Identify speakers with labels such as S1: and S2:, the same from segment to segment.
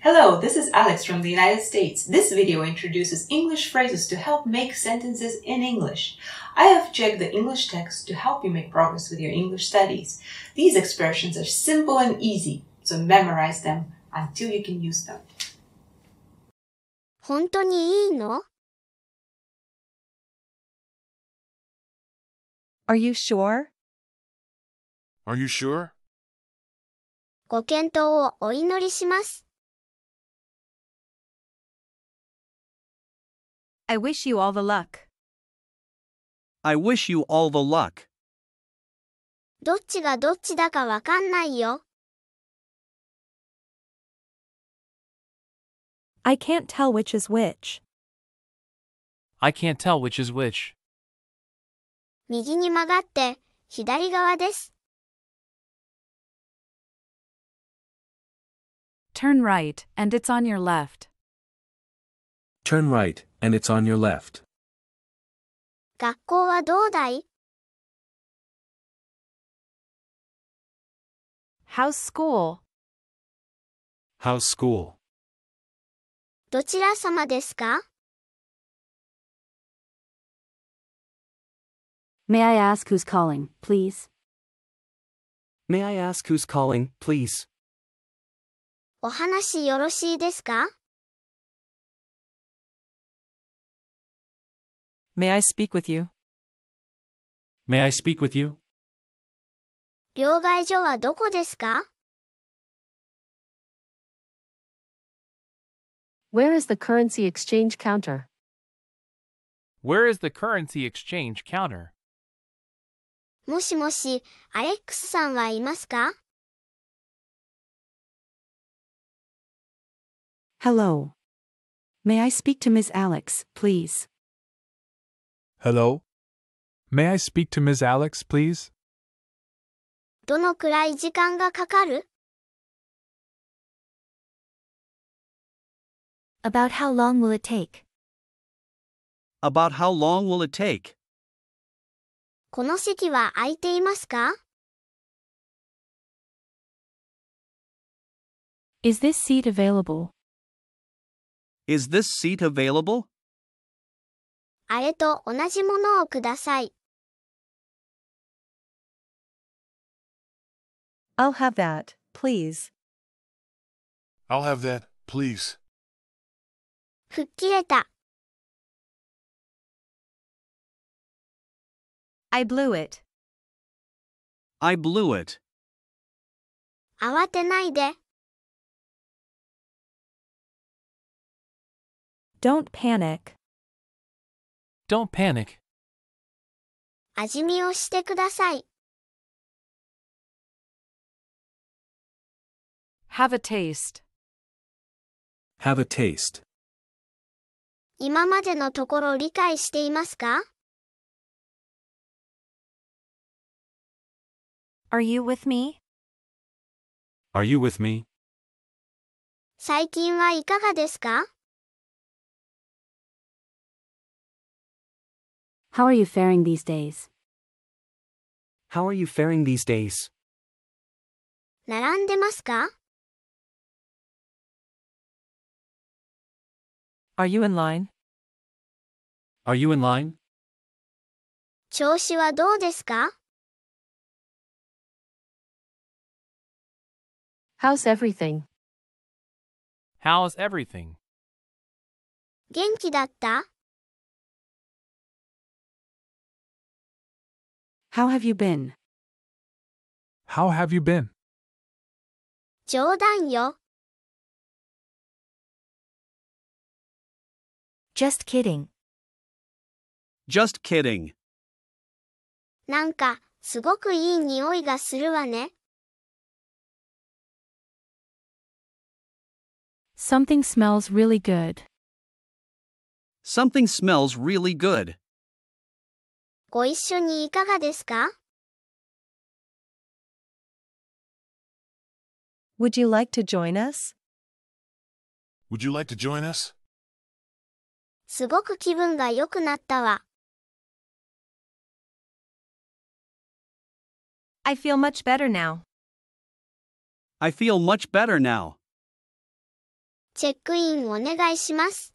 S1: Hello, this is Alex from the United States. This video introduces English phrases to help make sentences in English. I have checked the English text to help you make progress with your English studies. These expressions are simple and easy, so memorize them until you can use them.
S2: 本当にいいの
S3: Are you sure?
S4: Are you sure?
S2: ご検討をお祈りします。
S3: I wish you all the luck.
S5: I wish you all the luck.
S2: どっちがどっちだかわかんないよ。
S3: I can't tell which is which.
S6: I can't tell which is which.
S2: 右に曲がって、左側です。
S7: Turn right, and it's on your left.
S8: Turn right, and it's on your left.
S2: 学校はどうだい
S7: How's school?
S4: How's school?
S2: どちら様ですか
S9: May I ask who's calling, please?
S5: May I ask who's calling, please?
S2: お話よろしいですか
S3: May I speak with you?
S6: May I speak with you?
S2: 両替所はどこですか
S9: Where is the currency exchange counter?
S6: Where is the currency exchange counter?
S2: もしもし、アレックスさんはいますか
S9: Hello. May I speak to Ms. Alex, please?
S10: Hello? May I speak to Ms. Alex, please?
S2: どのくらい時間がかかる
S3: About how long will it take?
S5: About how long will it take?
S2: この席は空いていますか
S7: Is this seat available?
S5: Is this seat available?
S2: あれと同じものをください。
S3: I'll have that, please.
S4: I'll have that, please.
S2: 吹っ切れた。
S3: I blew it.
S5: I blew it.
S2: 慌てないで。
S3: Don't panic.
S6: Don't panic.
S2: 味見をしてください。
S7: Have a taste.
S8: Have a taste.
S2: 今までのところ理解していますか
S3: Are you with me?
S4: Are you with me?
S2: 最近はいかがですか
S9: How are you faring these days?
S5: How are you faring these days?
S2: 並んでますか
S3: Are you in line?
S6: Are you in line?
S2: 調子はどうですか
S9: How's everything?
S6: How's everything?
S2: 元気だった
S9: How have you been?
S10: How have you been?
S2: 冗談よ。
S3: Just kidding.
S5: Just kidding.
S2: なんか、すごくいい匂いがするわね。
S7: Something smells really good.
S5: Something smells really good.
S2: ご一緒にいかがですか
S3: Would you like to join us?
S4: Would you like to join us?
S2: すごく気分が良くなったわ。
S3: I feel much better now.
S5: I feel much better now.
S2: チェックインお願いします。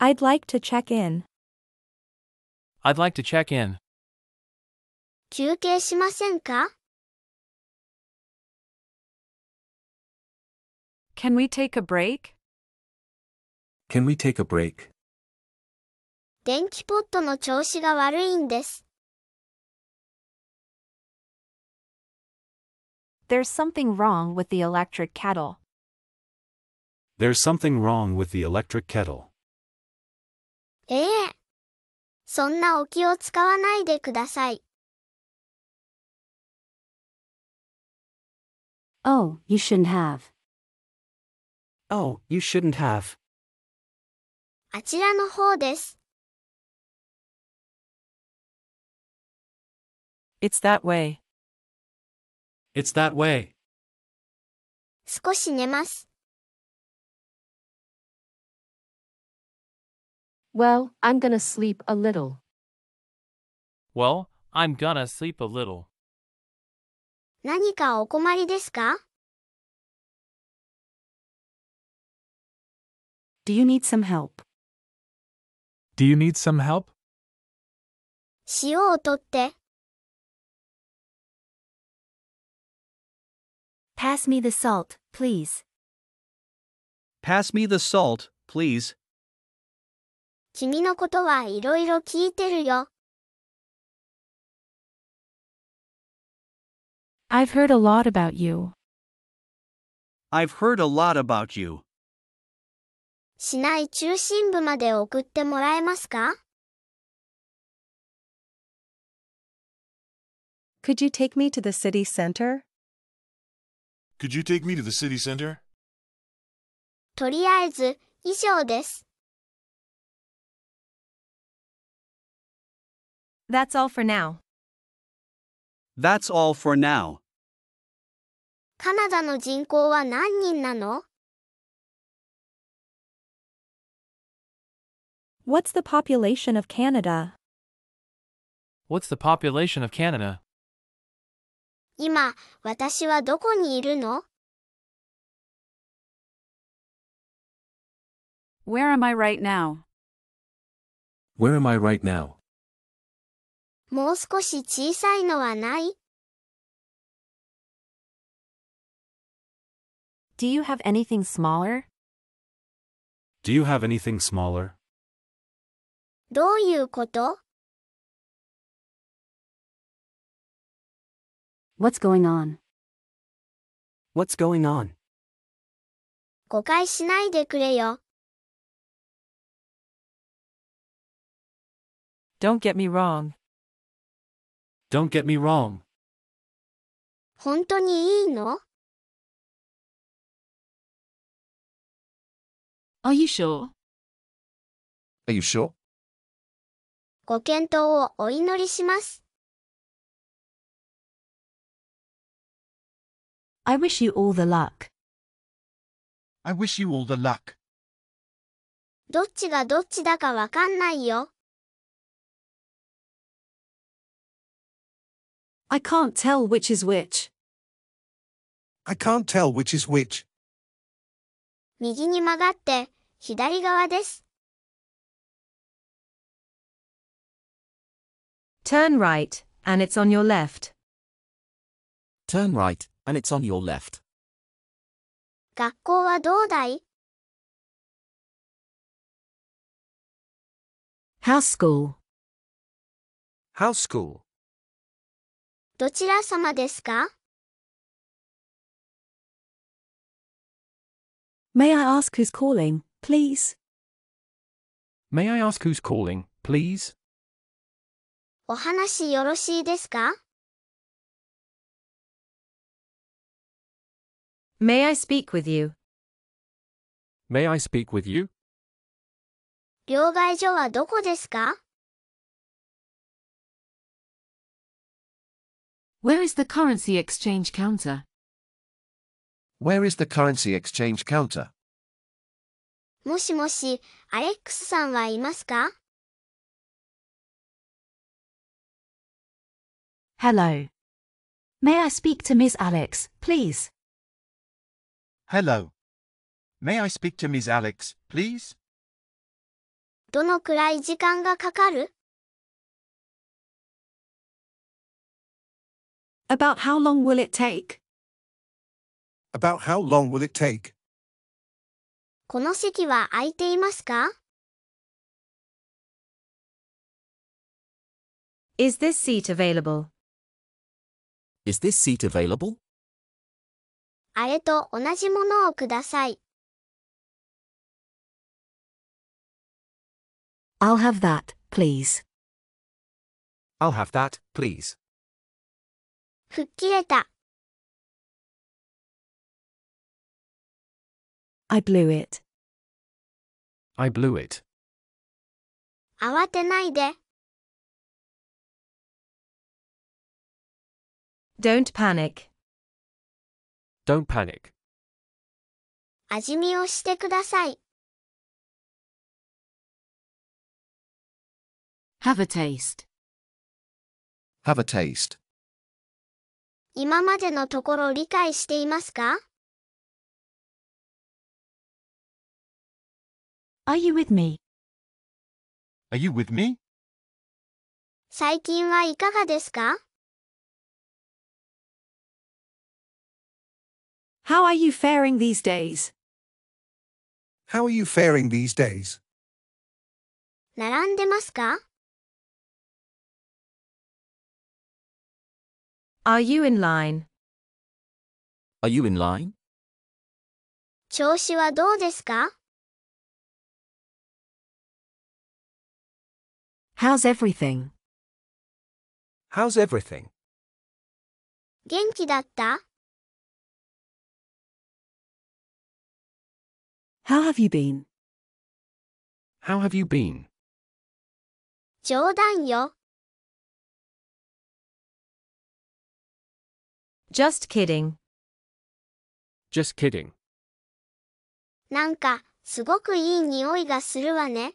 S11: I'd like to check in.
S6: I'd like to check in.
S2: 休憩しませんか
S11: Can we take a break?
S8: Can we take a break?
S2: 電気ポットの調子が悪いんです。
S11: There's something wrong with the electric kettle.
S4: There's something wrong with the electric kettle.
S2: ええそんなお気を使わないでください。
S9: Oh, you shouldn't have.
S5: Oh, you shouldn't have.
S2: あちらの方です。
S3: It's that way.
S5: It's that way.
S2: 少し寝ます。
S12: Well, I'm gonna sleep a little.
S6: Well, I'm gonna sleep a little.
S2: 何かお困りですか
S9: Do you need some help?
S10: Do you need some help?
S2: 塩を取って、
S11: Pass me the salt, please.
S13: Pass me the salt, please.
S2: 君のことはいろいろ聞いてるよ。
S7: I've heard a lot about you.
S13: I've heard a lot about you.
S2: 市内中心部まで送ってもらえますか
S3: Could you take me to the city center?
S4: Could you take me to the city center?
S2: とりあえず、以上です。
S11: That's all for now.
S13: That's all for now.
S2: カナダの人口は何人なの
S11: What's the population of Canada?
S6: What's the population of Canada?
S2: 今、私はどこにいるの
S12: Where am I right now?
S8: Where am I right now?
S2: もう少し小さいのはない
S11: Do you have anything smaller?
S4: Do you have anything smaller?
S2: どういうこと
S9: What's going on?
S5: What's going on?
S2: 誤解しないでくれよ。
S3: Don't get me wrong.
S5: Don't get me wrong.
S2: 本当にいいの
S12: Are you sure?
S14: Are you sure?
S2: ご検討をお祈りします。
S11: I wish you all the luck.
S14: I wish you all the luck.
S2: どっちがどっちだかわかんないよ。
S12: I can't tell which is which.
S14: I can't tell which is which.
S2: 右に曲がって、左側です。
S11: Turn right, and it's on your left.
S15: Turn right, and it's on your left.
S2: 学校はどうだい
S11: How's school?
S15: How's school?
S2: どちら様ですか
S9: May I ask who's calling, please?
S5: May I ask who's calling, please?
S2: お話よろしいですか
S11: May I speak with you?
S5: May I speak with you?
S2: 両替所はどこですか
S12: Where is the currency exchange counter?
S14: Where is the currency exchange counter?
S2: もしもし、アレックスさんはいますか
S11: Hello.
S16: May I speak to Ms. Alex, please?
S17: Hello. May I speak to Ms. Alex, please?
S2: どのくらい時間がかかる
S11: About how long will it take?
S18: About how long will it take?
S2: この席は空いていますか
S19: Is this seat available?
S20: Is this seat available?
S2: あれと同じものをください。
S16: I'll have that, please.
S6: I'll have that, please.
S2: 吹っ切れた。
S11: I blew it.
S6: I blew it.
S2: 慌てないで。
S19: Don't panic.
S6: Don't panic.
S2: 味見をしてください。
S3: Have a taste.
S21: Have a taste.
S2: 今までのところ理解していますか
S16: Are you with me?
S17: Are you with me?
S2: 最近はいかがですか
S11: How are you faring these days?
S18: How are you faring these days?
S2: 並んでますか
S19: Are you in line?
S20: Are you in line?
S2: 調子はどうですか
S16: How's everything?
S6: How's everything?
S2: 元気だった
S11: How have you been?
S6: How have you been?
S2: 冗談よ。
S19: Just kidding.
S6: Just kidding.
S2: なんか、すごくいい匂いがするわね。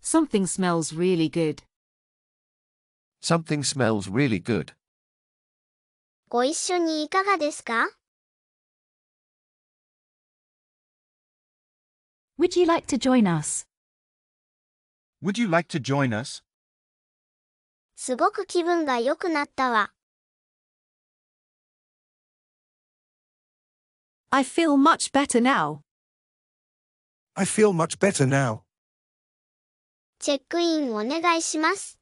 S3: Something smells really good.
S21: Something smells really good.
S2: ご一緒にいかがですか
S16: Would you like to join us?
S17: Would you like to join us?
S2: すごく気分が良くなったわ。
S11: I feel much better now.
S18: I feel much better now.
S2: チェックインお願いします。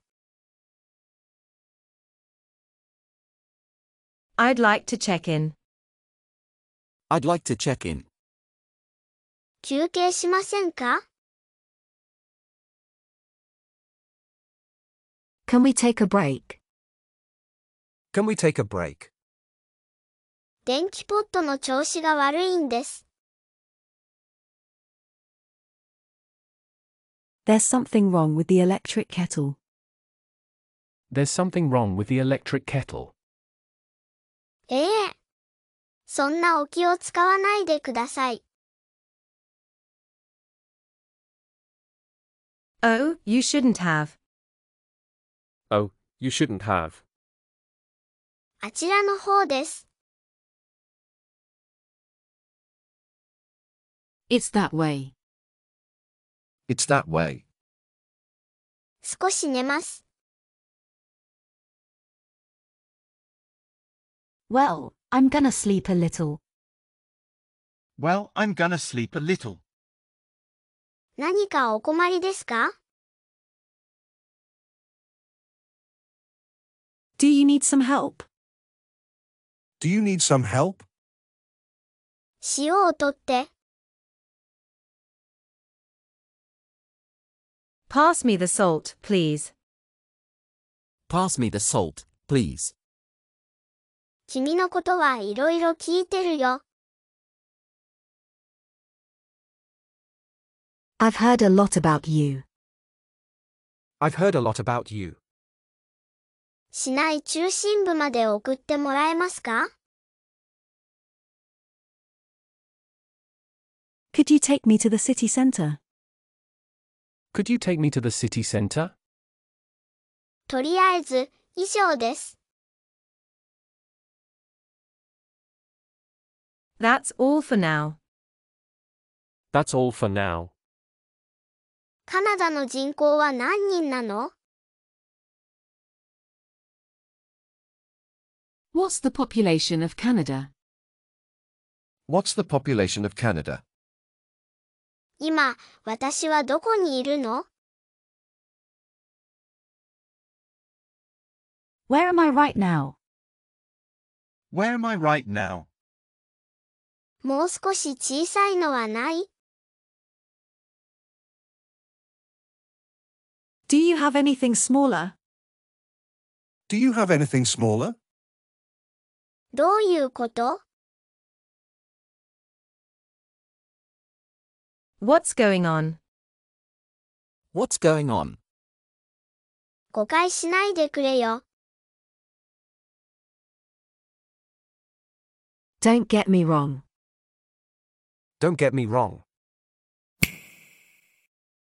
S19: I'd like to check in.
S20: I'd like to check in.
S2: 休憩しませんか
S16: Can we take a break?
S6: Can we take a break?
S2: 電気ポットの調子が悪いんです。
S11: There's something wrong with the electric kettle.
S6: There's something wrong with the electric kettle.
S2: ええそんなお気を使わないでください。
S19: Oh, you shouldn't have.
S6: Oh, you shouldn't have.
S2: あちらの方です。
S3: It's that way.
S21: It's that way.
S2: 少し寝ます。
S16: Well, I'm gonna sleep a little.
S17: Well, I'm gonna sleep a little.
S2: 何かお困りですか
S11: Do you need some help?
S18: Do you need some help?
S2: 塩を取って、
S19: Pass me the salt, please.
S20: Pass me the salt, please.
S2: 君のことはいろいろ聞いてるよ。
S16: I've heard a lot about you.
S6: I've heard a lot about you.
S2: 市内中心部まで送ってもらえますか
S11: Could you take me to the city centre?
S6: Could you take me to the city centre?
S2: とりあえず、以上です。
S3: That's all for now.
S6: That's all for now.
S2: カナダの人口は何人なの
S11: What's the population of Canada?
S17: What's the population of Canada?
S2: 今、私はどこにいるの
S22: Where am I right now?
S23: Where am I right now?
S2: もう少し小さいのはない、
S24: Do you have anything smaller?
S25: Do you have anything smaller?
S2: どういうこと
S3: What's going on?
S26: What's going on?
S2: 誤解しないでくれよ。
S22: Don't get me wrong.
S6: Don't get me wrong.